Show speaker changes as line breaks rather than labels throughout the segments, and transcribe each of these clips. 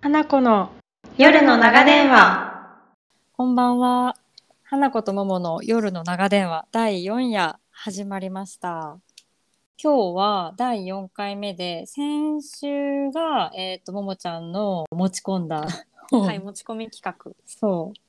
花子の
夜の長電話。
こんばんは。花子と桃の夜の長電話第4夜始まりました。今日は第4回目で、先週が、えっ、と、桃ちゃんの持ち込んだ、
はい、持ち込み企画。
そう。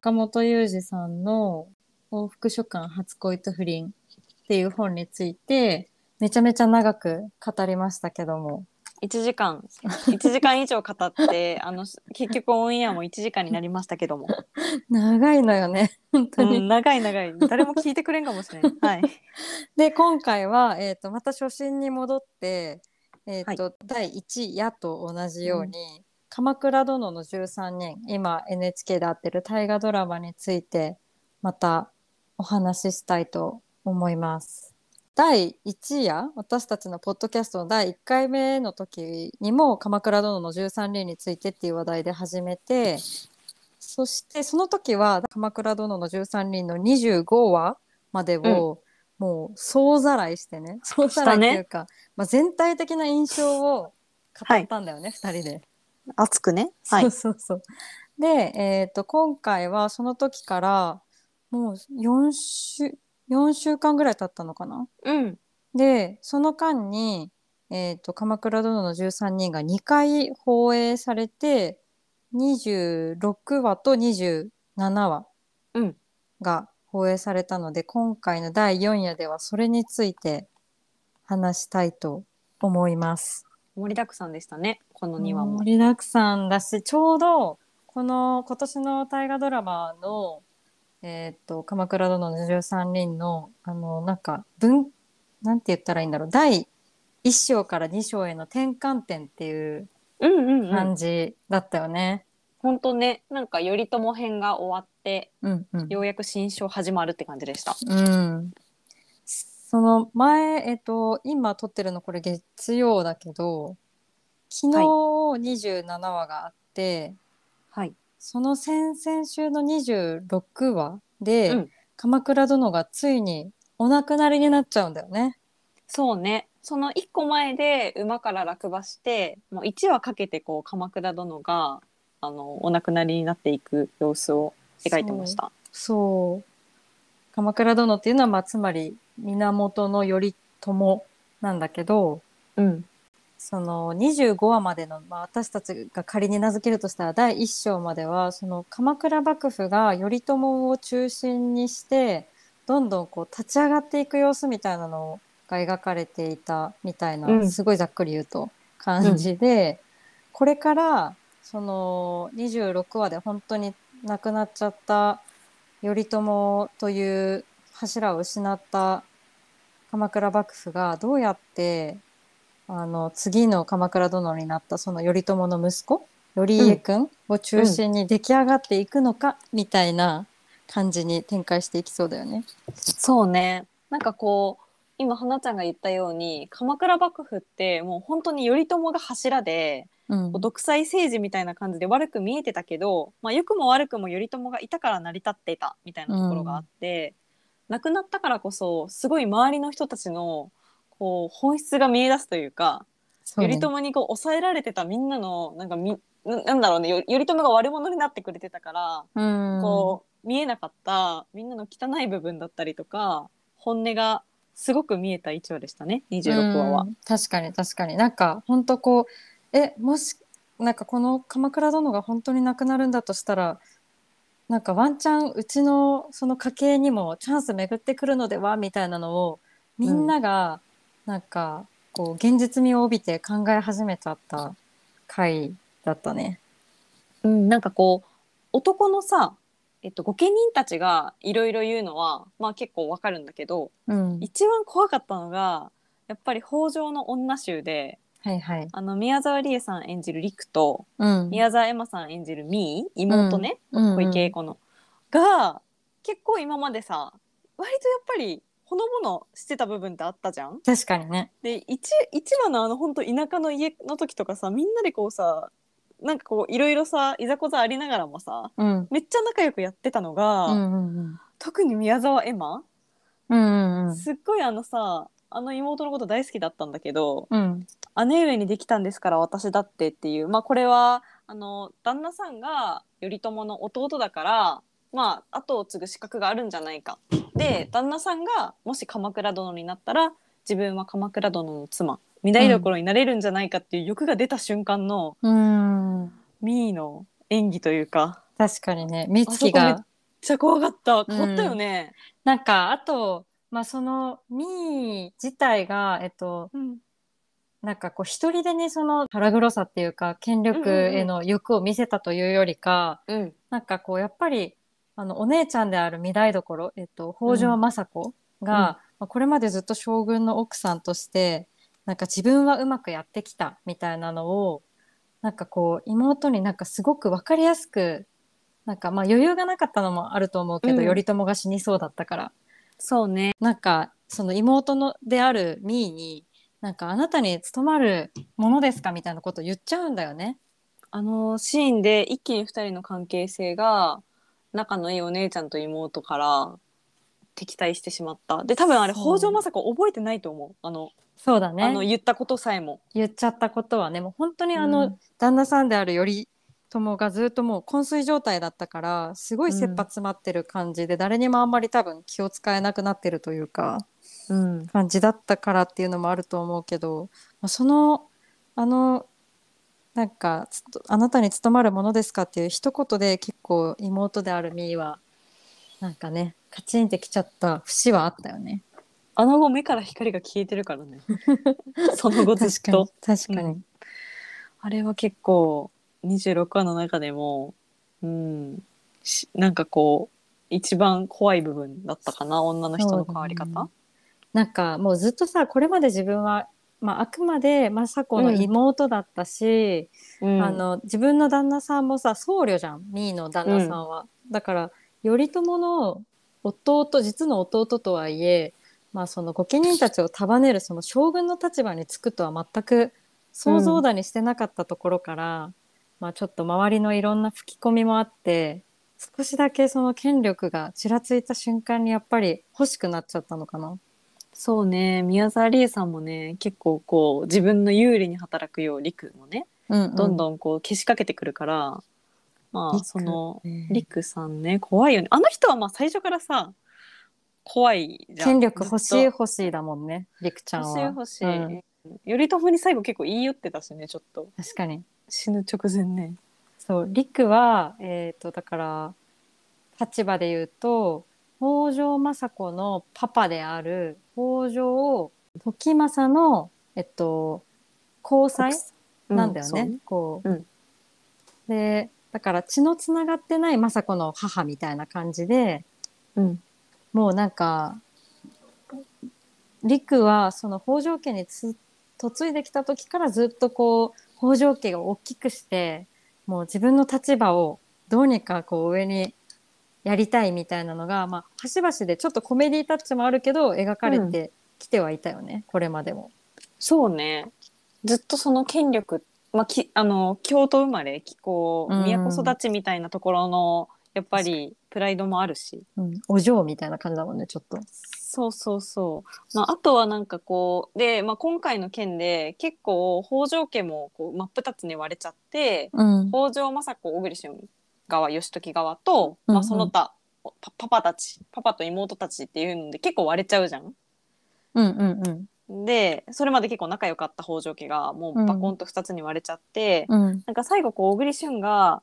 岡本雄二さんの往復書簡初恋と不倫っていう本について、めちゃめちゃ長く語りましたけども。
1時間、1時間以上語 って、あの、結局オンエアも1時間になりましたけども。
長いのよね。本当に。
うん長い長い。誰も聞いてくれんかもしれん。はい。
で今回は、えー、とまた初心に戻って、えーと第1夜と同じように「鎌倉殿の13人」今 NHK で会ってる大河ドラマについてまたお話ししたいと思います。第1夜私たちのポッドキャストの第1回目の時にも「鎌倉殿の13人」についてっていう話題で始めてそしてその時は「鎌倉殿の13人」の25話までを、もう総ざらいし てね総ざらいっていうか、まあ、全体的な印象を語ったんだよね、二2人で。
熱くね。はい
そ。
う
そうそうで、えー、と今回はその時からもう4週4週間ぐらい経ったのかな
うん。
でその間に、えーと「鎌倉殿の13人」が2回放映されて26話と27話
うん
が放映されたので、今回の第4夜ではそれについて話したいと思います。
盛りだくさんでしたね。この2話も。
盛りだくさんだしちょうどこの今年の大河ドラマの「えーっと鎌倉殿の13人の」あのなんか文なんて言ったらいいんだろう第1章から2章への転換点っていう
うんうんうん。
感じだったよね。
本当ね、なんか頼朝編が終わって、
うんうん
ようやく新章始まるって感じでした。
うん、その前、えっと、今撮ってるのこれ月曜だけど昨日
はい
27話があって、
はい。
その先々週の26話で、
うん
鎌倉殿がついにお亡くなりになっちゃうんだよね。
そうね。その1個前で馬から落馬して、もう1話かけてこう鎌倉殿があのお亡くなりになっていく様子を描いてました。
そう。そう鎌倉殿っていうのは、まあ、つまり源頼朝なんだけど、
うん。
その25話までの、まあ、私たちが仮に名付けるとしたら第1章まではその鎌倉幕府が頼朝を中心にしてどんどんこう立ち上がっていく様子みたいなのが描かれていたみたいな、
うん
すごいざっくり言うと感じで、これからその26話で本当に亡くなっちゃった頼朝という柱を失った鎌倉幕府がどうやってあの次の鎌倉殿になったその頼朝の息子頼家君を中心に出来上がっていくのか、みたいな感じに展開していきそうだよね。
そうね。なんかこう今花ちゃんが言ったように鎌倉幕府ってもう本当に頼朝が柱で、
うん
こう独裁政治みたいな感じで悪く見えてたけど、まあ、良くも悪くも頼朝がいたから成り立っていたみたいなところがあって、亡くなったからこそすごい周りの人たちのこう本質が見え出すというか
そうね
頼朝にこう抑えられてたみんなのなんかみななんだろうねよ頼朝が悪者になってくれてたから。
うん
こう見えなかったみんなの汚い部分だったりとか本音がすごく見えた一話でしたね26話は
う。ん確かに確かになんか本当こうえもしなんかこの鎌倉殿が本当に亡くなるんだとしたらなんかワンチャンうちのその家系にもチャンス巡ってくるのではみたいなのをみんながなんかこう現実味を帯びて考え始めちゃった回だったね。
うん、なんかこう男のさ、えっと、御家人たちがいろいろ言うのは、まあ、結構わかるんだけど
うん、
一番怖かったのがやっぱり北条の女衆で
はいはい。
あの宮沢りえさん演じる陸と
うん、
宮沢エマさん演じるミー妹ね、
うん
小池栄子の、が結構今までさ割とやっぱりほのぼのしてた部分ってあったじゃん
確かにね。
で 1, 話のあの本当田舎の家の時とかさみんなでこうさなんかこういろいろさいざこざありながらもさ
うん。
めっちゃ仲良くやってたのが、
うんうんうん。
特に宮沢エマ、
うんうんうん。
すっごいあのさあの妹のこと大好きだったんだけど
うん。
姉上にできたんですから私だってっていうまあこれはあの旦那さんが頼朝の弟だから、まあ、後を継ぐ資格があるんじゃないかで旦那さんがもし鎌倉殿になったら自分は鎌倉殿の妻御台所になれるんじゃないかっていう欲が出た瞬間の、
うん
ミーの演技というか
確かにね美
あそ
月
こめっ
が
ちゃ怖かった変わったよね。
なんかあとまあそのミー自体がえっと
うん
なんかこう一人でねその腹黒さっていうか権力への欲を見せたというよりか、
うん
なんかこうやっぱりあのお姉ちゃんである御台所、えっと、北条政子が、まあこれまでずっと将軍の奥さんとしてなんか自分はうまくやってきたみたいなのをなんかこう妹になんかすごく分かりやすくなんかまあ余裕がなかったのもあると思うけど、
うん
頼朝が死にそうだったから
そうね
なんかその妹のであるミーになんかあなたに務まるものですかみたいなことを言っちゃうんだよね。
あのシーンで一気に二人の関係性が仲のいいお姉ちゃんと妹から敵対してしまったで多分あれ
そう
北条政子覚えてないと思うあの,、
そうだね。
あの言ったことさえも。
言っちゃったことはねもう本当にあの、
うん
旦那さんである頼朝がずっともう昏睡状態だったからすごい切羽詰まってる感じで、誰にもあんまり多分気を使えなくなってるというか
うん、
感じだったからっていうのもあると思うけど、まあ、そのあのなんかつとあなたに務まるものですかっていう一言で結構妹であるみーはなんかねカチンってきちゃった節はあったよね。
あの後目から光が消えてるから ねその後ず
確
っ
かに
と。
確かに、
うんあれは結構26話の中でも、うん、しなんかこう一番怖い部分だったかな女の人の変わり
そうだ
方
ね。なんかもうずっとさこれまで自分は、まあ、あくまで政子の妹だったし、
うん
あの自分の旦那さんもさ僧侶じゃんミーの旦那さんは。だから頼朝の弟実の弟とはいえ、まあ、その御家人たちを束ねるその将軍の立場につくとは全く想像だにしてなかったところから、まあ、ちょっと周りのいろんな吹き込みもあって少しだけその権力がちらついた瞬間にやっぱり欲しくなっちゃったのかな。
そうね宮沢りえさんもね結構こう自分の有利に働くよう陸もねどん
ん、
どんこうけしかけてくるから、まあ
陸
その
ね
陸さんね怖いよねあの人はまあ最初からさ怖いじゃん
権力欲しい
ずっ
欲しいだもんねりくち
と
ゃんは
欲しい
うん
欲しい、頼朝に最後結構言い寄ってたしねちょっと
確かに
死ぬ直前ね
そうりくはえっ、とだから立場で言うと北条政子のパパである北条時政のえっと交際なんだよね、こう、
うん
でだから血のつながってない政子の母みたいな感じで
そうね
もうなんか陸はその北条家につ嫁いできた時からずっとこう北条家を大きくしてもう自分の立場をどうにかこう上にやりたいみたいなのが、まあ、端々でちょっとコメディタッチもあるけど描かれてきてはいたよね、これまでも。
そうねずっとその権力、まあ、きあの京都生まれきこう
うん
都育ちみたいなところのやっぱりプライドもあるし
うん、お嬢みたいな感じだもんねちょっと。
そうそうそう、まあ、あとはなんかこうで、まあ、今回の件で結構北条家もこう真っ二つに割れちゃって
うん
北条政子小栗旬側義時側と、
うんうん
まあ、その他パパパたちパパと妹たちっていうので結構割れちゃうじゃん。
うんうん
でそれまで結構仲良かった北条家がもうバコンと2つに割れちゃって、
うんうん
なんか最後こう小栗旬が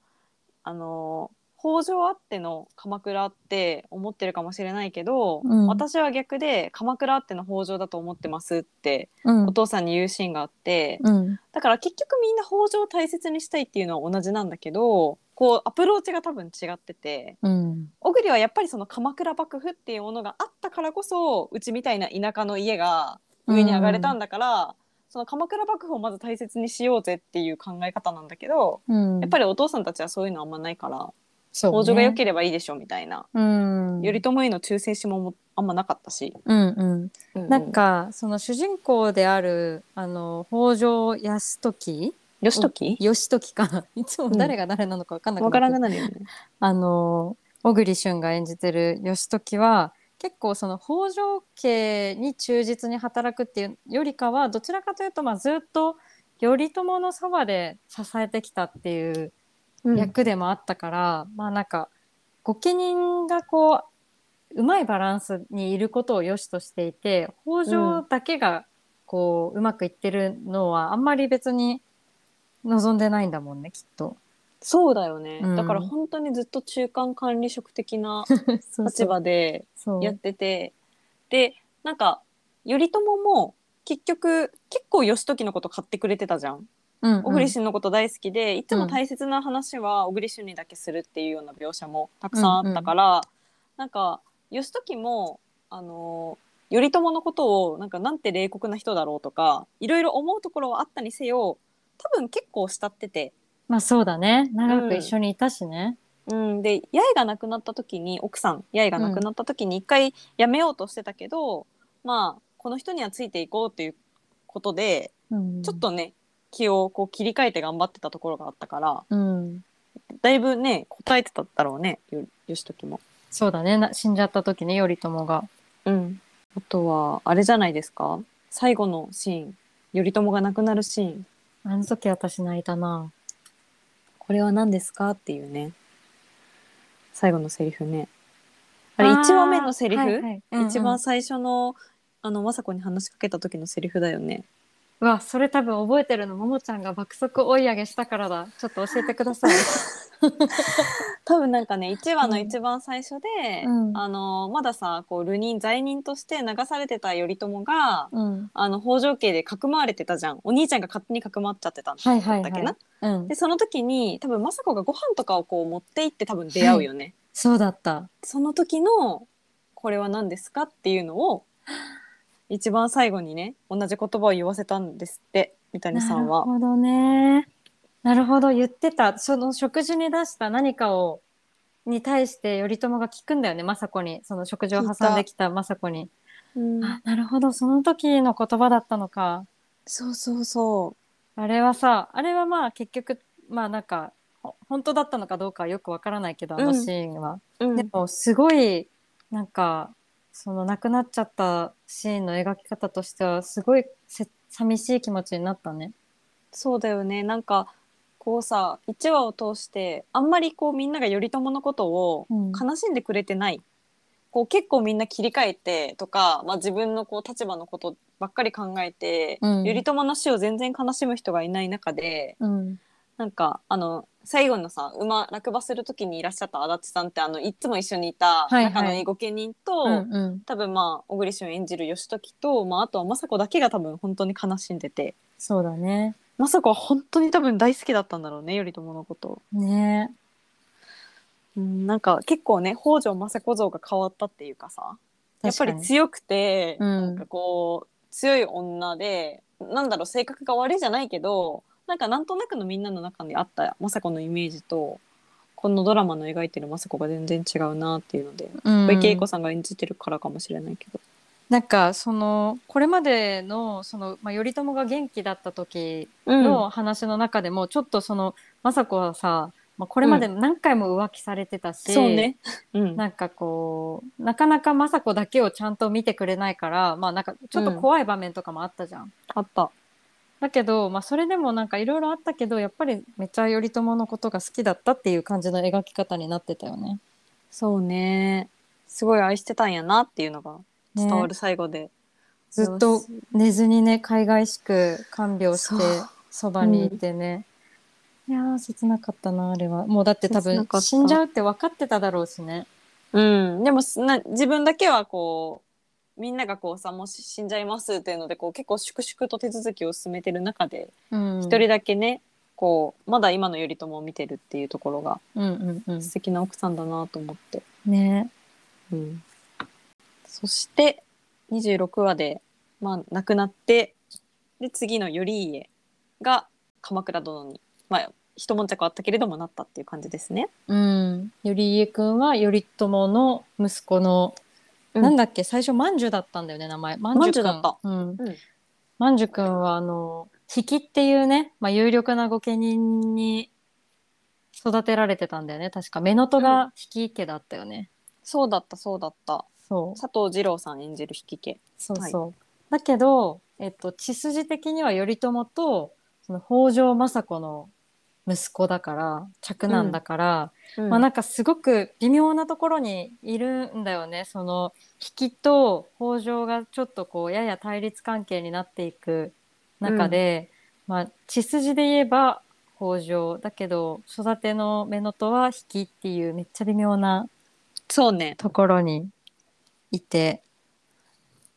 あの北条あっての鎌倉って思ってるかもしれないけど、
うん
私は逆で鎌倉あっての北条だと思ってますって
うん
お父さんに言うシーンがあって、
うん
だから結局みんな北条を大切にしたいっていうのは同じなんだけどこうアプローチが多分違ってて
うん
小栗はやっぱりその鎌倉幕府っていうものがあったからこそうちみたいな田舎の家が上に上がれたんだから、その鎌倉幕府をまず大切にしようぜっていう考え方なんだけど。
うん
やっぱりお父さんたちはそういうのあんまないから
そうね
北条が良ければいいでしょみたいな、
うん
頼朝への忠誠心ももあんまなかったし、
うんうんなんかその主人公であるあの北条泰時
義時
義時か ないつも誰が誰なのか分かんなくな
わ
って
からないよね。
あの小栗旬が演じてる義時は結構その北条家に忠実に働くっていうよりかはどちらかというとまあずっと頼朝のそばで支えてきたっていう
うん
役でもあったから、まあなんか御家人がこううまいバランスにいることを良しとしていて北条だけがこう、うまくいってるのはあんまり別に望んでないんだもんねきっと。
そうだよね、
うん
だから本当にずっと中間管理職的な
そう
立場で
そう
やっててでなんか頼朝も結局結構義時のこと買ってくれてたじゃん
うんうん
小栗旬のこと大好きで、いつも大切な話は小栗旬にだけするっていうような描写もたくさんあったから、なんか義時もあの頼朝のことをなんかなんて冷酷な人だろうとかいろいろ思うところはあったにせよ多分結構慕ってて、
まあそうだね長く一緒にいたしね。
うん、で八重が亡くなった時に奥さん八重が亡くなった時に一回やめようとしてたけど、まあこの人にはついていこうっていうことで
うん
ちょっとね気をこう切り替えて頑張ってたところがあったから。
うん、
だいぶね答えてただろうねよ義時も。
そうだねな死んじゃった時ね頼朝が。
うん、あとはあれじゃないですか最後のシーン頼朝が亡くなるシーン
あの時私泣いたな。
これは何ですかっていうね最後のセリフねあれ
ー
1話目のセリフ、
はいはいうんうん
一番最初のあの政子に話しかけた時のセリフだよね。
うわそれ多分覚えてるのももちゃんが爆速追い上げしたからだちょっと教えてください
多分なんかね1話の一番最初で、
うん
あのまださこう流人罪人として流されてた頼朝が、
うん
あの北条家でかくまわれてたじゃんお兄ちゃんが勝手にかくまっちゃってたんだ
はい
っ
はいはい
たっけな
うん
でその時に多分政子がご飯とかをこう持って行って多分出会うよね、
そうだった
その時の「これは何ですか?」っていうのを一番最後にね同じ言葉を言わせたんですって三谷さんは
なるほどねなるほど言ってたその食事に出した何かをに対して頼朝が聞くんだよね政子にその食事を挟んできた政子に、
うん
あなるほどその時の言葉だったのか
そうそうそ
あれはさあれはまあ結局まあなんかほ本当だったのかどうかはよくわからないけどあのシーンは、
う、うん
でもすごいなんかその亡くなっちゃったシーンの描き方としてはすごいせ寂しい気持ちになったね。
そうだよねなんかこうさ1話を通してあんまりこうみんなが頼朝のことを
うん
悲しんでくれてない、こう結構みんな切り替えてとか、まあ、自分のこう立場のことばっかり考えて、
うん
頼朝の死を全然悲しむ人がいない中で
うん、
なんかあの最後のさ馬落馬する時にいらっしゃった足立さんってあのいつも一緒にいた
はいはい
仲のいい御家人と、
うんうん、
多分まあ小栗旬演じる義時と、まあ、あとは政子だけが多分本当に悲しんでて
そうだね。
政子は本当に多分大好きだったんだろうね頼朝のこと。
ね
うん、なんか結構ね北条政子像が変わったっていうかさやっぱり
確かに
強くて、
うん
なんかこう強い女でなんだろう性格が悪いじゃないけどなんかなんとなくのみんなの中にあった政子のイメージとこのドラマの描いてる政子が全然違うなっていうので
うん
小池栄子さんが演じてるからかもしれないけど。
なんかそのこれまでのその、まあ、頼朝が元気だった時
うん
の話の中でも、ちょっとその政子はさ、まあ、これまで何回も浮気されてたし、
そうね、 うん、
なんかこうなかなか政子だけをちゃんと見てくれないからまあなんかちょっと怖い場面とかもあったじゃん。
あった
だけど、まあ、それでもなんかいろいろあったけどやっぱりめっちゃ頼朝のことが好きだったっていう感じの描き方になってたよね。
そうねすごい愛してたんやなっていうのが伝わる最後で、
ずっと寝ずにね海外しく看病し
そ
て
う
そばにいてね。いやー切なかったなあれはもうだって多
切な
分
かった
死んじゃうって分かってただろうしね
うん、でもすな自分だけはこうみんながこうさもう死んじゃいますっていうのでこう結構粛々と手続きを進めてる中で
一、うん、
一、人だけねこうまだ今の頼朝を見てるっていうところが
うんうんう
素敵な奥さんだなと思って、
んね
うん、そして26話で、まあ、亡くなってで次の頼家が鎌倉殿に、まあ、一悶着あったけれどもなったっていう感じですね。
うん頼家くんは頼朝の息子の、
うん
なんだっけ最初まんじゅうだったんだよね名前ま
まんじゅうだった
うん
うん
まんじゅくんはあの比企っていうね、まあ、有力な御家人に育てられてたんだよね確か乳母が比企家だったよね、
そうだったそうだった
そう
佐藤二郎さん演じる比企家。
そうそう、だけど、えっと、血筋的には頼朝とその北条政子の息子だから嫡男だから、
うん
まあなんかすごく微妙なところにいるんだよねその引きと北条がちょっとこうやや対立関係になっていく中で、まあ血筋で言えば北条だけど育ての乳母は引きっていうめっちゃ微妙な
そうね。
ところにいて。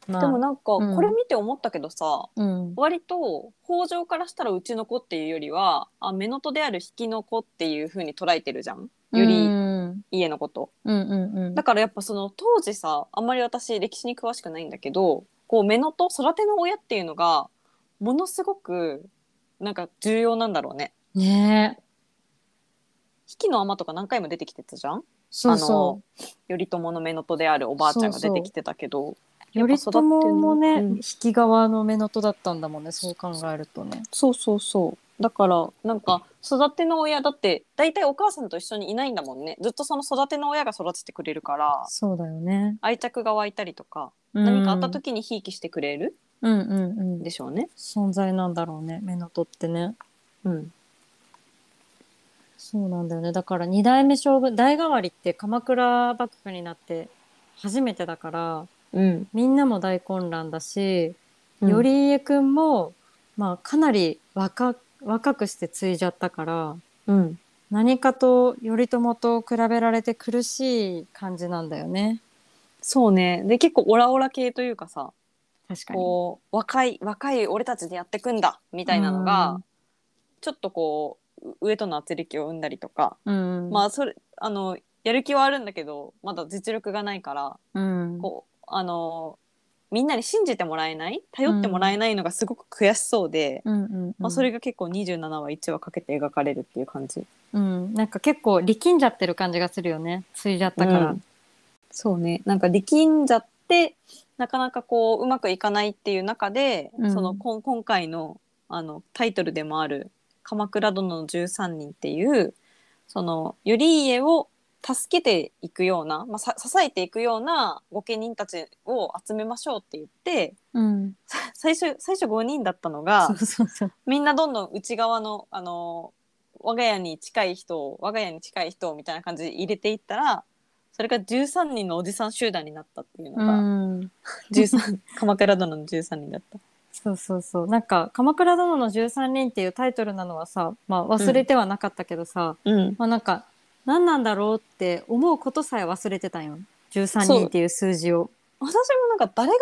まあ
でもなんかこ
うん
れ見て思ったけどさ、
うん、
割と北条からしたらうちの子っていうよりはあ目のとである引きの子っていう風に捉えてるじゃんよ
う
り
ん
家のこと、
うんうんうん
だからやっぱその当時さあんまり私歴史に詳しくないんだけどこう目のと育ての親っていうのがものすごくなんか重要なんだろうね。
ねえ
引きの尼とか何回も出てきてたじゃん
そうそう
頼朝の目のとであるおばあちゃんが出てきてたけどやっぱ
頼
育て
朝
の
もね、
うん
引き側の目のとだったんだもんねそう考えるとね。
そうそうそう。だからなんか育ての親だって大体お母さんと一緒にいないんだもんねずっとその育ての親が育ててくれるから
そうだよね。
愛着が湧いたりとか
何
何かあった時にひいきしてくれる
うんうんうん
んでしょうね。
存在なんだろうね目のとってね。
うん、
そうなんだよねだから二代目将軍代替わりって鎌倉幕府になって初めてだから
うん、
みんなも大混乱だし頼家くんも、まあ、かなり若若くして継いじゃったから
うん、
何かと頼朝と比べられて苦しい感じなんだよね。
そうねで結構オラオラ系というかさ
確かに。
こう若い若い俺たちでやってくんだみたいなのが、
うん
ちょっとこうう上との圧力を生んだりとか、
うん
まあそれあのやる気はあるんだけどまだ実力がないから
うん
こうあのみんなに信じてもらえない頼ってもらえないのがすごく悔しそうで、
うんうんうん
まあ、それが結構27話1話かけて描かれるっていう感じ
うん、なんか結構力んじゃってる感じがするよねついじゃったから、
うんそうねなんか力んじゃってなかなかこううまくいかないっていう中で、
うん
そのこん今回のあのタイトルでもある「鎌倉殿の13人」っていうその頼家を助けていくような、まあ、さ支えていくような御家人たちを集めましょうって言って
うん、
さ最初最初5人だったの
そ
が
うそうそう
みんなどんどん内側の、あの我が家に近い人を我が家に近い人をみたいな感じで入れていったらそれが13人のおじさん集団になったっていうの
う
が、
ん、
13鎌倉殿の13人だった。
そうそうそうなんか「鎌倉殿の13人」っていうタイトルなのはさ、まあ、忘れてはなかったけどさ、
うん、
まあなんか何なんだろうって思うことさえ忘れてたんよ13人っていう数字を
私もなんか誰が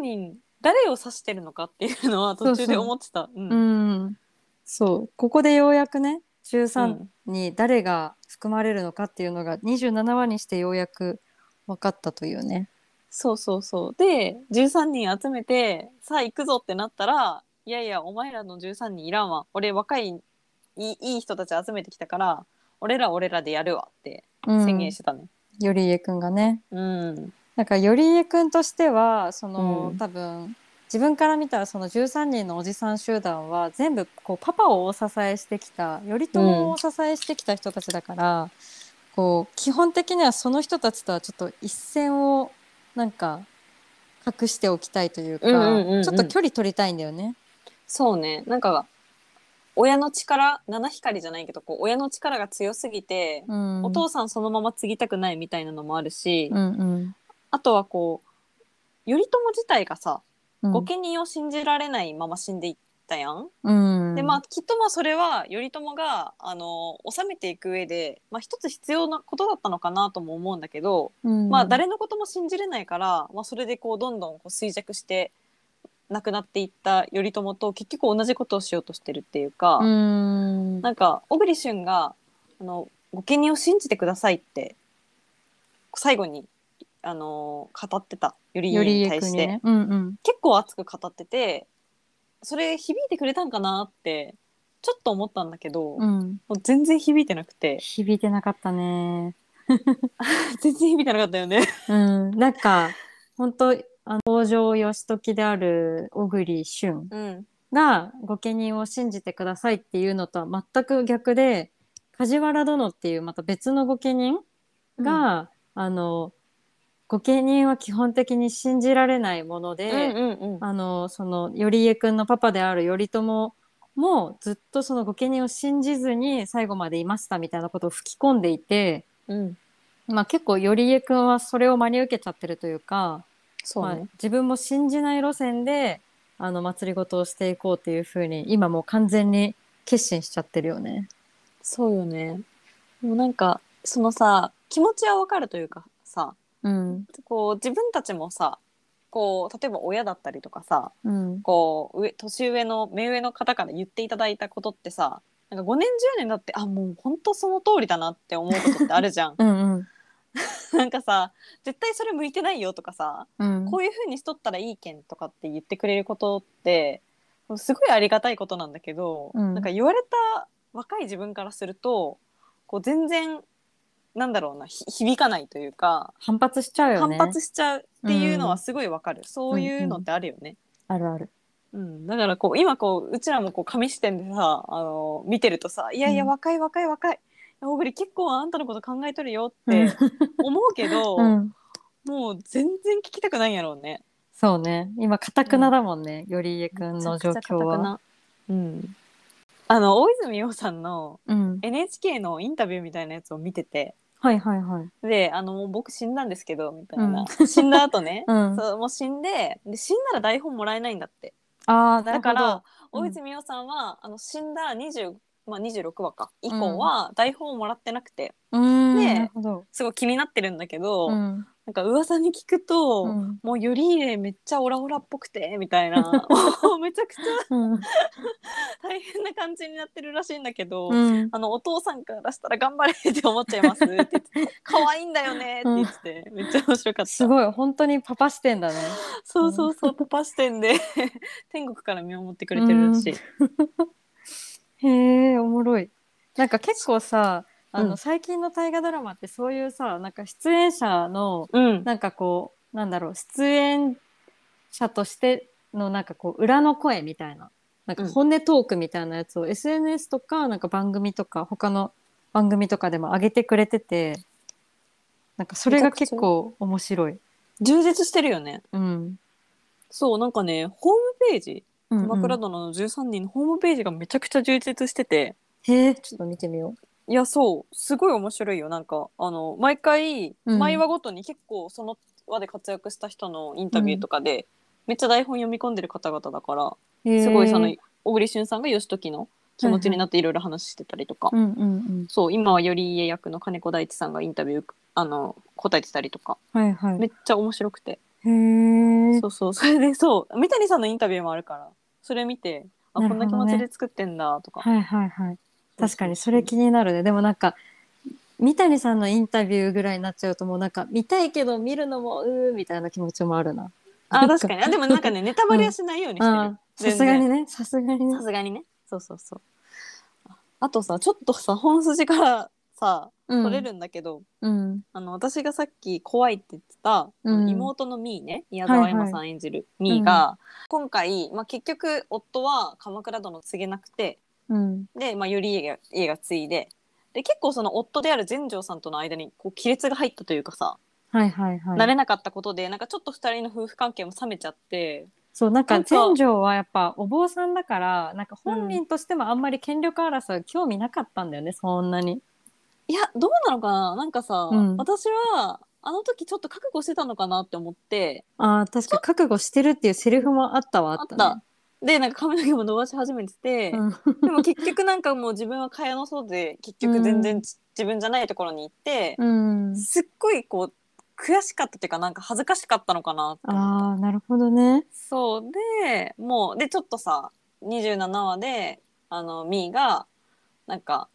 13人誰を指してるのかっていうのは途中で思ってた。う
うんんそうここでようやくね
う
13
ん
に誰が含まれるのかっていうのが27話にしてようやく分かったというね
そうそうそうで13人集めてさあ行くぞってなったらいやいやお前らの13人いらんわ俺若いいいいい人たち集めてきたから俺ら俺らでやるわって宣言してたね。
頼家くんがね
うん
なんか頼家くんとしてはその、
うん
多分自分から見たらその13人のおじさん集団は全部こうパパをお支えしてきた頼朝をお支えしてきた人たちだから、こう基本的にはその人たちとはちょっと一線をなんか隠しておきたいというか、
うんうんうんうん
ちょっと距離取りたいんだよね。
そうねなんか親の力七光じゃないけどこう親の力が強すぎて、
うん、
お父さんそのまま継ぎたくないみたいなのもあるし、
うんうん
あとはこう頼朝自体がさ
うん
御家人を信じられないまま死んでいったやん。
うん、
でまあきっとまあそれは頼朝があの治めていく上で、まあ、一つ必要なことだったのかなとも思うんだけど、
うん
まあ誰のことも信じれないから、まあ、それでこうどんどんこう衰弱して亡くなっていった頼朝と結局同じことをしようとしてるっていうか、
うん
なんか小栗旬があの御家人を信じてくださいって最後にあの語ってた頼家
頼
に
家
対
くん
し
に
て、
ね。うんうん
結構熱く語っててそれ響いてくれたんかなってちょっと思ったんだけど、
う
も
ん、
う全然響いてなくて
響いてなかったね。
全然響いてなかったよね。
うん、なんか本当あの北条義時である小栗旬
うん、
が御家人を信じてくださいっていうのとは全く逆で梶原殿っていうまた別の御家人が、あの御家人は基本的に信じられないもので、
うんうんうん
あのその頼家くんのパパである頼朝もずっとその御家人を信じずに最後までいましたみたいなことを吹き込んでいて、
うん、
まあ、結構頼家君はそれを真に受けちゃってるというか
そう
まあ
ね、、
自分も信じない路線であの祭りごとをしていこうっていうふうに今もう完全に決心しちゃってるよね。
そうよねもうなんかそのさ気持ちはわかるというかさ
うん
こう自分たちもさこう例えば親だったりとかさ
うん
こう上年上の目上の方から言っていただいたことってさなんか5年10年だってあもう本当その通りだなって思うことってあるじゃん
うんうん
なんかさ絶対それ向いてないよとかさ
うん
こういう風にしとったらいいけんとかって言ってくれることってすごいありがたいことなんだけど、
うん
なんか言われた若い自分からするとこう全然なんだろうなひ響かないというか、
反発しちゃうよ
反
ね。
発しちゃうっていうの
う
は
ん
すごいわかる、そういうのってあるよね。
あるある。
うん、だからこう今こううちらもこう紙視点でさあの見てるとさ「いやいや
うん
若い若い若い小栗結構あんたのこと考えとるよ」っ
う
て
ん
思うけど、
うん、
もう全然聞きたくないんやろうね。
そうね今かたくなだもんね、頼家君の状
めちゃくちゃ固
況
く
は。
なうん、あの大泉洋さんの
うん、
NHK のインタビューみたいなやつを見てて
はいはいはい。
であのもう僕死んだんですけどみたいな、
うん
死んだ後ね、
うん、あ
そうもう死んでで死んだら台本もらえないんだって。
あーなる
だ
ほど
から
うん
大泉洋さんは、あの死んだ20、まあ、26話か以降は台本をもらってなくて、
うーん、
ね
なるほど。
すごい気になってるんだけど、
うん
なんか噂に聞くと、
うん
もう頼家めっちゃオラオラっぽくてみた いなもうめちゃくちゃ
うん
大変な感じになってるらしいんだけど。
うん
あのお父さんからしたら頑張れって思っちゃいますって言って可愛いんだよねって言ってて、めっちゃ 面白かった
すごい本当にパパ視点だね。
そうそうそうパパ視点で 天国から見守ってくれてるらしい、
へえおもろい。なんか結構さあの、
うん
最近の大河ドラマってそういうさなんか出演者の
うん、
なんかこうなんだろう出演者としてのなんかこう裏の声みたいななんか本音トークみたいなやつを SNS とかなんか番組とか他の番組とかでも上げてくれててなんかそれが結構面白い。
充実してるよね
うん。
そうなんかねホームページ
うんうん
鎌倉殿の13人のホームページがめちゃくちゃ充実してて
へえちょっと見てみよ
いやそうすごい面白いよなんかあの毎回
うん
毎話ごとに結構その話で活躍した人のインタビューとかで、めっちゃ台本読み込んでる方々だから
う。へえ
すごいその小栗旬さんが義時の気持ちになっていろいろ話してたりとか、
うんうんうん。
そう今は頼家役の金子大地さんがインタビューあの答えてたりとか
はいはい。
めっちゃ面白くて、
へえ
そうそうそれでそう三谷さんのインタビューもあるからそれ見てあ、
な
こ
るほ
ん
ど
な気
ね
持ちで作ってんだとか、
はいはいはい。確かにそれ気になるね。でもなんか、三谷さんのインタビューぐらいになっちゃうともうなんか見たいけど見るのもうーみたいな気持ちもあるな。
あ確かにあでもなんかねネタバレはしないようにしてる、
あーさ
全然
すがにね、さすがにね
さ。すがにねそうそうそうあとさちょっとさ本筋からさ
うん
取れるんだけど、
うん。
あの私がさっき怖いって言ってた、
うん
妹のみーね宮沢エマさん演じるみーが、今回、まあ、結局夫は鎌倉殿継げなくて
うん。
で、まあ、頼家が家が継いでで結構その夫である全成さんとの間にこう亀裂が入ったというかさ、
はいはいはい。
慣れなかったことでなんかちょっと二人の夫婦関係も冷めちゃって
そう、なんか
なんか
全城はやっぱお坊さんだから、なんか本人としてもあんまり権力争い興味なかったんだよね、そんなに。
いやどうなのかななんかさ、
うん
私はあの時ちょっと覚悟してたのかなって思って
ああ、確か覚悟してるっていうセリフもあったわ、
あっ
ね
た。でなんか髪の毛も伸ばし始めてて、
うん
でも結局なんかもう自分は蚊帳の外で結局全然ち、自分じゃないところに行って、
うん。
すっごいこう悔しかったっていうかなんか恥ずかしかったのかなって思った
ああ、なるほどね。
そうでもうでちょっとさ27話であのみーがなんか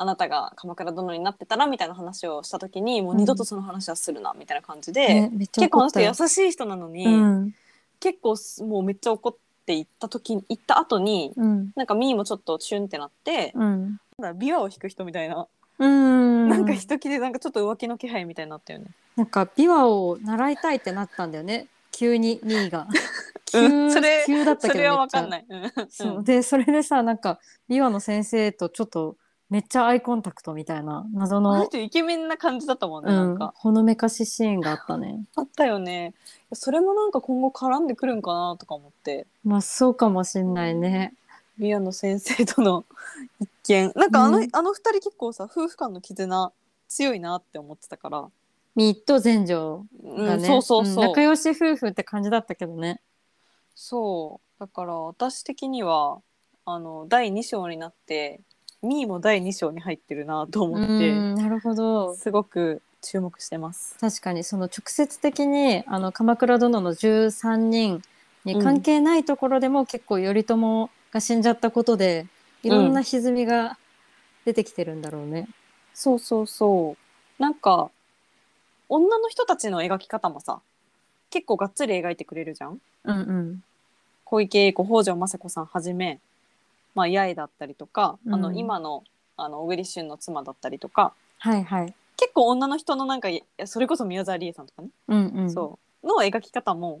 あなたが鎌倉殿になってたらみたいな話をした時にもう二度とその話はするなみたいな感じで、
ねめっちゃ
結構あ
怒
の
った
人
よ
優しい人なのに、
うん。
結構すもうめっちゃ怒って行った時に行った後に
うん。
なんかみーもちょっとチュンってなって、
うん。
なんだ琵琶を弾く人みたいな
うん。
なんか人気でなんかちょっと浮気の気配みたいになったよね。
なんか琵琶を習いたいってなったんだよね。急にミーが。
うん
急
それ
急だったけ
そ
ど
れはわかん
めっちゃ
ない。うん
そうでそれでさなんか琵琶の先生とちょっとめっちゃアイコンタクトみたいな謎
あの
の、
人イケメンな感じだったもんね、
う
なん
ん
か、
ほのめかしシーンがあったね。
あったよねそれもなんか今後絡んでくるんかなとか思って
まあそうかもしんないね。
ビアの先生との 一見なんかあの,、
うん
あの二人結構さ夫婦間の絆強いなって思ってたから、
ミーと全女
うん
がね、
そうそうそう、
ん仲良し夫婦って感じだったけどね
そうだから私的にはあの第2章になってミーも第2章に入ってるなと思って、
うんなるほど
すごく注目してます。
確かにその直接的にあの鎌倉殿の13人に関係ないところでも、結構頼朝が死んじゃったことでいろんな歪みが出てきてるんだろうね。
そうそうそうなんか女の人たちの描き方もさ結構がっつり描いてくれるじゃん
うんうん
小池栄子北条政子さんはじめ、まあ、八重だったりとか、
うん
あの今のあの小栗旬の妻だったりとか
はいはい。
結構女の人のなんかいやそれこそ宮沢りえさんとかね、
うんうん、
そうの描き方も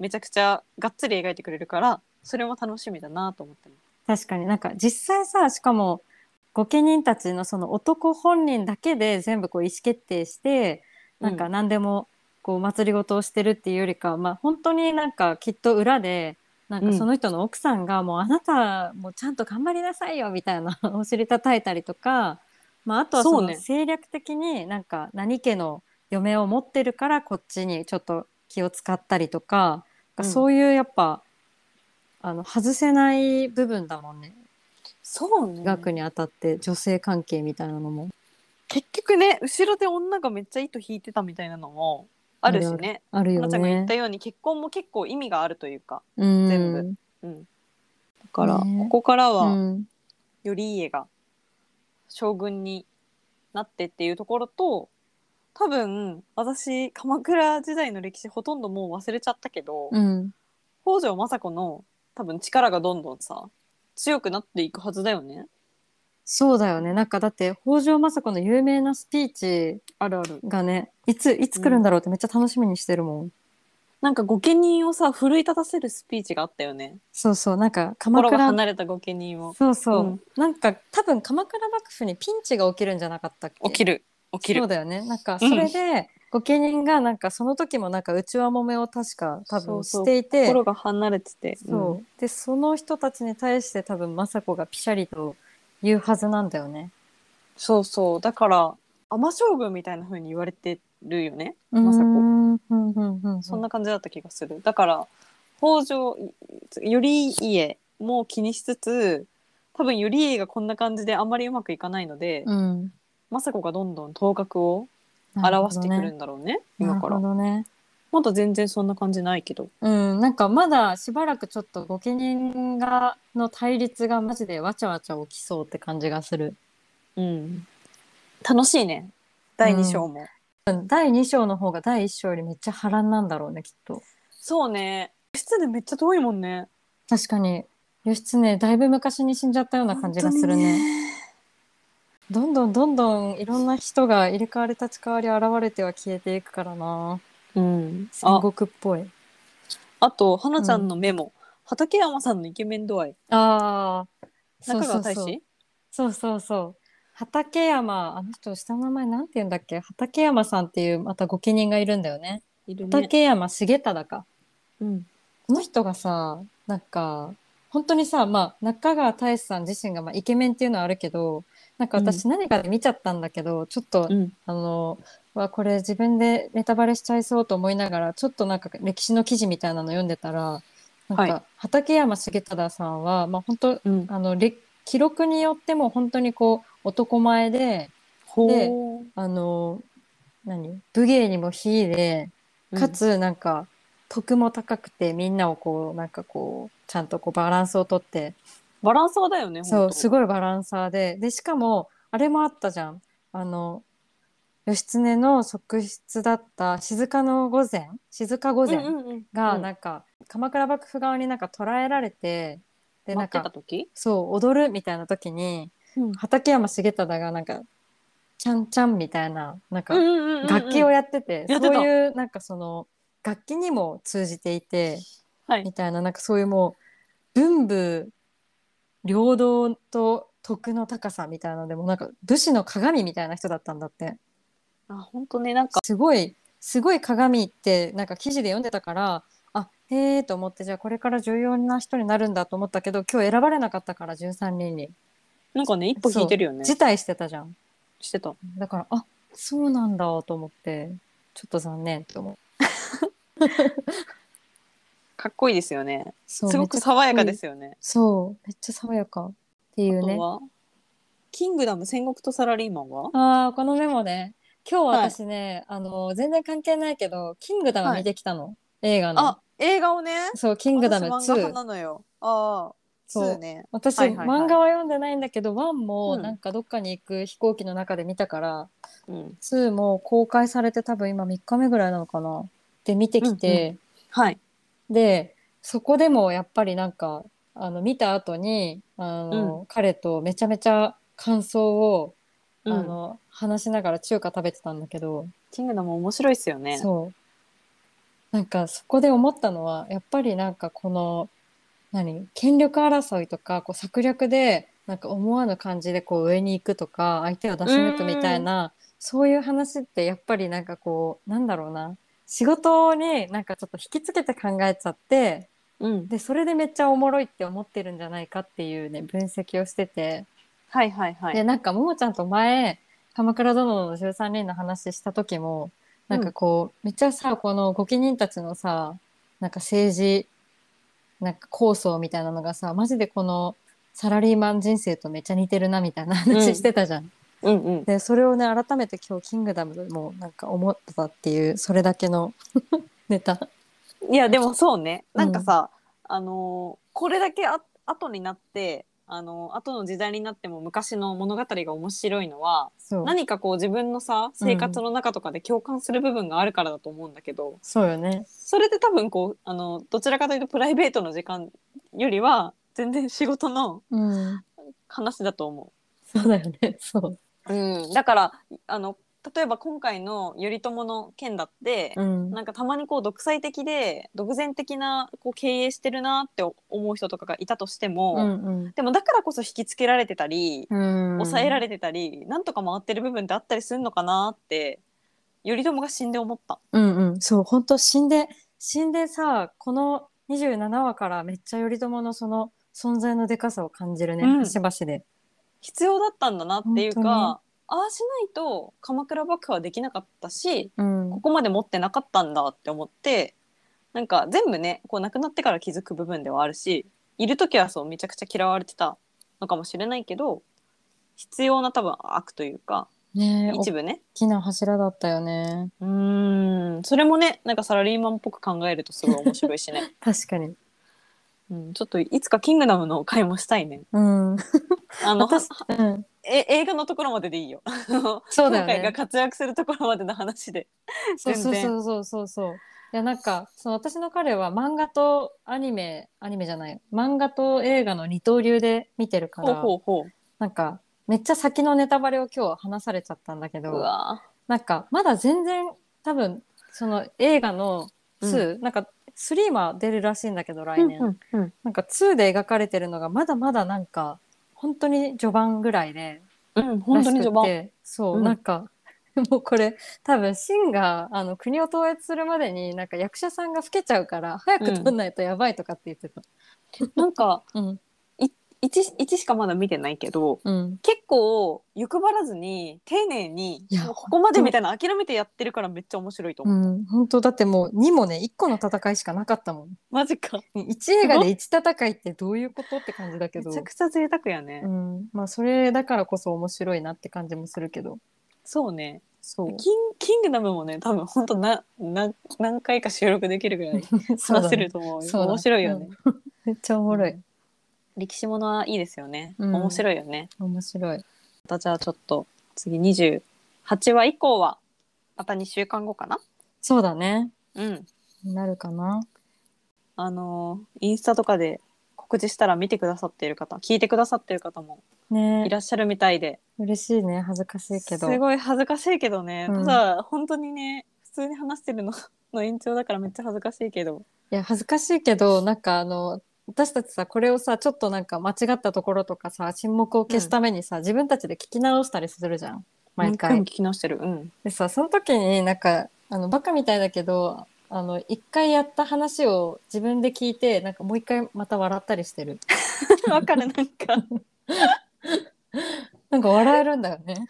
めちゃくちゃがっつり描いてくれるからそれも楽しみだなと思ってます。
確かになんか実際さしかも御家人たちのその男本人だけで全部こう意思決定してなんか何でもこう祭りごとをしてるっていうよりか、まあ本当になんかきっと裏でなん
う
か
ん
その人の奥さんがもうあなたもちゃんと頑張りなさいよみたいなお尻叩いたりとか、まあ、あとはそ
そう
の
ね
政略的になんか何家の嫁を持ってるからこっちにちょっと気を使ったりと
う
か、
ん
そういうやっぱあの外せない部分だもんね
そうね
学にあたって女性関係みたいなのも
結局ね後ろで女がめっちゃ糸引いてたみたいなのもあるしね。
ある
か
よ
なちゃんが言
ね
った。ように結婚も結構意味があるというか、
うん
全部うん、だから、
ね
ここからは、
うん
頼家が将軍になってっていうところと多分私鎌倉時代の歴史ほとんどもう忘れちゃったけど、
うん
北条政子の多分力がどんどんさ強くなっていくはずだよね。
そうだよねなんかだって北条政子の有名なスピーチ
あるある。
がねいついつ来るんだろうってめっちゃ楽しみにしてるもん、
なんか御家人をさ奮い立たせるスピーチがあったよね。
そうそうなんか鎌
心が
倉
離れた御家人を。
そうそう、
うん
なんか多分鎌倉幕府にピンチが起きるんじゃなかったっけ
起きる起き
そう
る。
だよねなんかそ
うん
れで御家人がなんかその時もなんか内輪もめを確か多
そう
分
そう
していて
心が離れてて。
そう、でその人たちに対して多分政子がピシャリと言うはずなんだよね。
そうそうだから尼将軍みたいな風に言われてるよね。
政
政
子
子
うんうんうんうん
そんな感じだった気がする。だから北条頼家も気にしつつ多分頼家がこんな感じであんまりうまくいかないので、
うん
政子がどんどん頭角を
なほ
表
ど
して
ね
くるんだろうね今から
なるほ。どね。
まだ全然そんな感じないけど。
うん、なんかまだしばらくちょっと御家人がの対立がマジでわちゃわちゃ起きそうって感じがする。
うん、楽しいね第2章も。
うん第2章の方が第1章よりめっちゃ波乱なんだろうねきっと。
そうね室でめっちゃ遠いもんね。
確かに義経だいぶ昔に死んじゃったような感じがするね。どんどんどんどんいろんな人が入れ替わり立ち替わり現れては消えていくからな
本当にね。うん、
戦
あ
国っぽい
あと花ちゃんのメモ、畠山さんのイケメン度合い
ああ
中川大
そう
志
そうそうそう畠山あの人下の名前なんて言うんだっけ畠山さんっていうまた御家人がいるんだよね
いるね。
畠山重忠か
うん
この人がさなんか本当にさ、まあ、中川大志さん自身が、まあ、イケメンっていうのはあるけどなんか私何かで見ちゃったんだけど、ちょっと
うん
あのわこれ自分でネタバレしちゃいそうと思いながらちょっとなんか歴史の記事みたいなの読んでたらなんか、
はい
畠山重忠さんは、まあ、本当
うん、
あのれ記録によっても本当にこう男前でで
ほ
あの何武芸にも秀で
う
かつなんか、徳も高くてみんなをこうなんかこうちゃんとこうバランスをとって
バランサーだよね
そうす
ごい
ごいバランサーででしかもあれもあったじゃんあの義経の側室だった静かの御前静か御前がなんか、鎌倉幕府側になんか捕らえられてで
待
なん
ってた
か
時
そう踊るみたいな時に畠山重忠がなんかちゃんちゃんみたいななんか楽器を
や
やってて、
やってた
そういうなんかその楽器にも通じていて。
はい
みたいな、なんかそういうもう、文武両道と徳の高さみたいなので、もうなんか武士の鏡みたいな人だったんだって。
あ本当ねなんか
すごい、すごい鏡って、なんか記事で読んでたから、あ、へえと思ってじゃあこれから重要な人になるんだと思ったけど今日選ばれなかったから13人に
なんかね一歩引いてるよね
辞退してたじゃん
してた
だからあそうなんだと思ってちょっと残念と思う
かっこいいですよね
そう
すご
め
く
っちゃ
爽やかですよね
そうめっちゃ爽やかっていう
あ
ね
とはキングダム戦国とサラリーマンは
ああこのメモね今日
はい
私ね、あの全然関係ないけど「キングダム」見てきたの、映画の
あ映画をね
そう「キングダム
私漫画派
2」
なのよああ
そう
2ね
私、
はいはいはい
漫画は読んでないんだけど1も
うん
なんかどっかに行く飛行機の中で見たから、
うん
2も公開されて多分今3日目ぐらいなのかなで見てきて、
はい
でそこでもやっぱりなんかあの見た後にあの、彼とめちゃめちゃ感想を、
うん
あの話しながら中華食べてたんだけど、
キングダム面白いですよね
そうなんかそこで思ったのはやっぱりなんかこの何権力争いとかこう策略でなんか思わぬ感じでこう上に行くとか相手を出し抜くみたいなそういう話ってやっぱりなんかこうなんだろうな仕事になんかちょっと引きつけて考えちゃって
うん
でそれでめっちゃおもろいって思ってるんじゃないかっていうね分析をしてて、
はいはいは
で
い
なんかももちゃんと前「鎌倉殿の13人」の話した時もなんかこう、めっちゃさこの御家人たちのさなんか政治なんか構想みたいなのがさマジでこのサラリーマン人生とめっちゃ似てるなみたいな
う
話
ん
してたじゃん。
うんうん
でそれをね改めて今日「キングダム」でもなんか思ったっていうそれだけの ネタ。
いやでもそうねなんかさ、あのーこれだけあ後になってあのー後の時代になっても昔の物語が面白いのは
そう
何かこう自分のさ生活の中とかで共感する部分があるからだと思うんだけど、
そうよね。
それで多分こうあのどちらかというとプライベートの時間よりは全然仕事の
うん、
話だと思
そうだよね。そう。
う。うん、だからあの例えば今回の頼朝の件だって、
うん
なんかたまにこう独裁的で独善的なこう経営してるなって思う人とかがいたとしても、
うん
でもだからこそ引きつけられてたり、
うん、
抑えら
れ
れてたりなんとか回ってる部分ってあったりするのかなって頼朝が死んで思った。
うんうんそう本当死んで死んでさこの27話からめっちゃ頼朝のその存在のでかさを感じるね、
うん
端々で
必要だったんだなっていう
本当に
かああしないと鎌倉幕府はできなかったし
うん
ここまで持ってなかったんだって思ってなんか全部ねこう亡くなってから気づく部分ではあるしいる時はそうめちゃくちゃ嫌われてたのかもしれないけど必要な多分悪というか
ねえ
一
大
部ね
きな柱だったよね
うーんそれもねなんかサラリーマンっぽく考えるとすごい面白いし ね、
確かに
うん、ちょっといつか「キングダム」の回もしたいね
うん、う
あの
私ん、
え映画のところまででいいよ。
そうだよね
今回が活躍するところまでの話で。
そうそう
全
そうそうそうそういやなんかその私の彼は漫画とアニメアニメじゃない漫画と映画の二刀流で見てるか
ほう
ら
ほうほう。
なんかめっちゃ先のネタバレを今日話されちゃったんだけ
う
ど
わ
なんかまだ全然多分その映画の2、なんか3は出るらしいんだけど来年、
うんうん
なんか2で描かれてるのがまだまだなんか本当に序盤ぐらいで
うん。うん、本当に序
らし
盤。
くてそう、
うん
なんかもうこれ多分シンがあの国を統一するまでになんか役者さんが老けちゃうから早く撮んないとやばいとかって言ってた。
なんか
うん
一一しかまだ見てないけど、
うん
結構欲張らずに丁寧に
いや
もうここまでみたいな諦めてやってるからめっちゃ面白いと
う
思う。
ん、本当だってもう2もね1個の戦いしかなかったもん
マジか。
1映画で1戦いってどういうことって感じだけ
め
ど
ちゃくちゃ贅沢やね。
うん、まあそれだからこそ面白いなって感じもするけど
そうね。
そう
キンキングダムもね多分本当なな何回か収録できるぐ らい 話せると思うよ。
そうだね
面白いよね。
めっちゃおもろい
歴史ものはいいですよね。
うん
面白いよね。
面白い
またじゃあちょっと次28話以降はまた2週間後かな
そうだね
うん
なるかな
あのーインスタとかで告知したら見てくださっている方聞いてくださっている方も
ね
いらっしゃるみたいで、
嬉しいね恥ずかしいけ
す
ど
ごい恥ずかしいけどね、
うん
ただ本当にね普通に話してるの の延長だからめっちゃ恥ずかしいけど
いや恥ずかしいけどなんかあの私たちさこれをさちょっとなんか間違ったところとかさ沈黙を消すためにさ、自分たちで聞き直したりするじゃん毎
何回も
回
聞き直してるうん
でさその時になんかあのバカみたいだけどあの一回やった話を自分で聞いてなんかもう一回また笑ったりしてる
わかるなんか
なんか笑えるんだよね。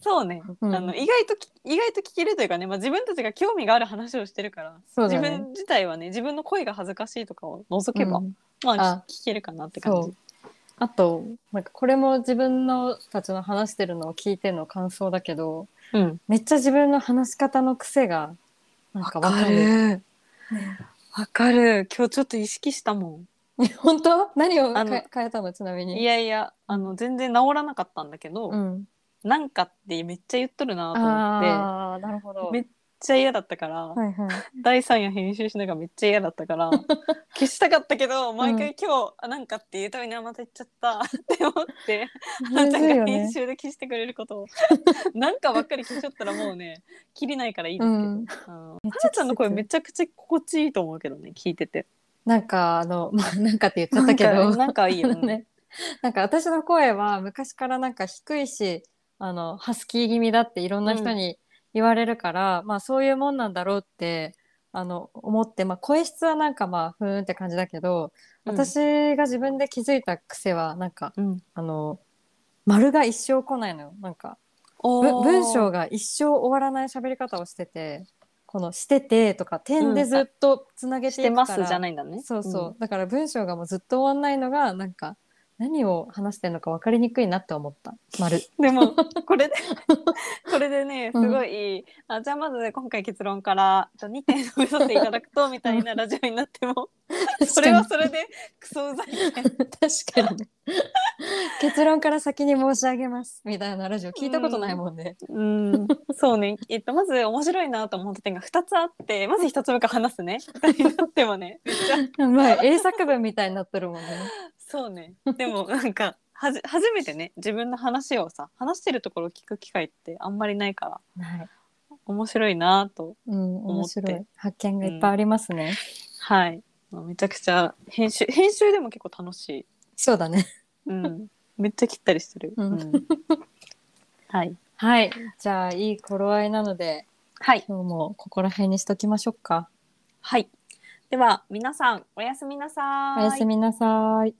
そうね、
うん
あの意外とき意外と聞けるというかね、まあ、自分たちが興味がある話をしてるから、
そう
自
だね
分自体はね自分の声が恥ずかしいとかを除けば、
うん
まあ
あ
聞けるかなって感
そ
じ
うあとなんかこれも自分のたちの話してるのを聞いての感想だけど
うん
めっちゃ自分の話し方の癖がなんかわかる。
るわかる今日ちょっと意識したも
本当何を
あの
か変えたのちなみ
ん
に。
いやいやあの全然治らなかったんだけど、
うん、
なんかってめっちゃ言っとるなと思っ
ああなるほど。
てめっちゃ嫌だったから、
はいはい、
第三夜編集しながらめっちゃ嫌だったから 消したかったけど毎回今日、あなんかって言うたびにあまた言っちゃったって思 ってあ
む
ん
ず
た
いよ
が
ね
編。集で消してくれる ことをなんかばっかり消しちゃったらもうね切りないからいいですけど、
うん
あのはなちゃんの声めちゃくちゃ心地いいと思うけどね聞いてて
なんかあの、まあ、なんかって言っちゃったけ
なん
ど
かなんかいいよね
ね、なんか私の声は昔からなんか低いしあのハスキー気味だっていろんな人に言われるから、まあそういうもんなんだろうってあの思って、まあ、声質はなんかまあふーんって感じだけど、
うん
私が自分で気づいた癖はなんか
うん
あの丸が一生来ないのよなんかぶ
おー
文章が一生終わらない喋り方をしててこの「してて」とか「点でずっとつなげ
して
い
て
くか
ま
ら、
すじゃないんだね
そうそう、だから文章がもうずっと終わんないのがなんか何を話してるのか分かりにくいなって思った丸
でもこれでこれでねす
うん
ごい、あじゃあまず今回結論からじゃあ2点述べさせていただくとみたいなラジオになっても それはそれでクソうざいね
確かにね 結論から先に申し上げますみたいなラジオ聞いたことないもんね、
うんそうねえっとまず面白いなと思った点が2つあってまず1つ目から話すね2人になってもねめっちゃ
まあ英作文みたいになってるもんね
そうねでもなんかはじ初めてね自分の話をさ話してるところを聞く機会ってあんまりないから
はい、
面白いなと
うん、面白
思っ
い発見がいっぱいありますね、
はいめちゃくちゃ編集編集でも結構楽しい
そうだね
うん、めっちゃ切ったりする。
うん
うん はい。
はいじゃあいい頃合いなので
はい。
今日もここら辺にしときましょうか
はい。では、皆さん、おやすみなさ
お
ーい。
やすみなさい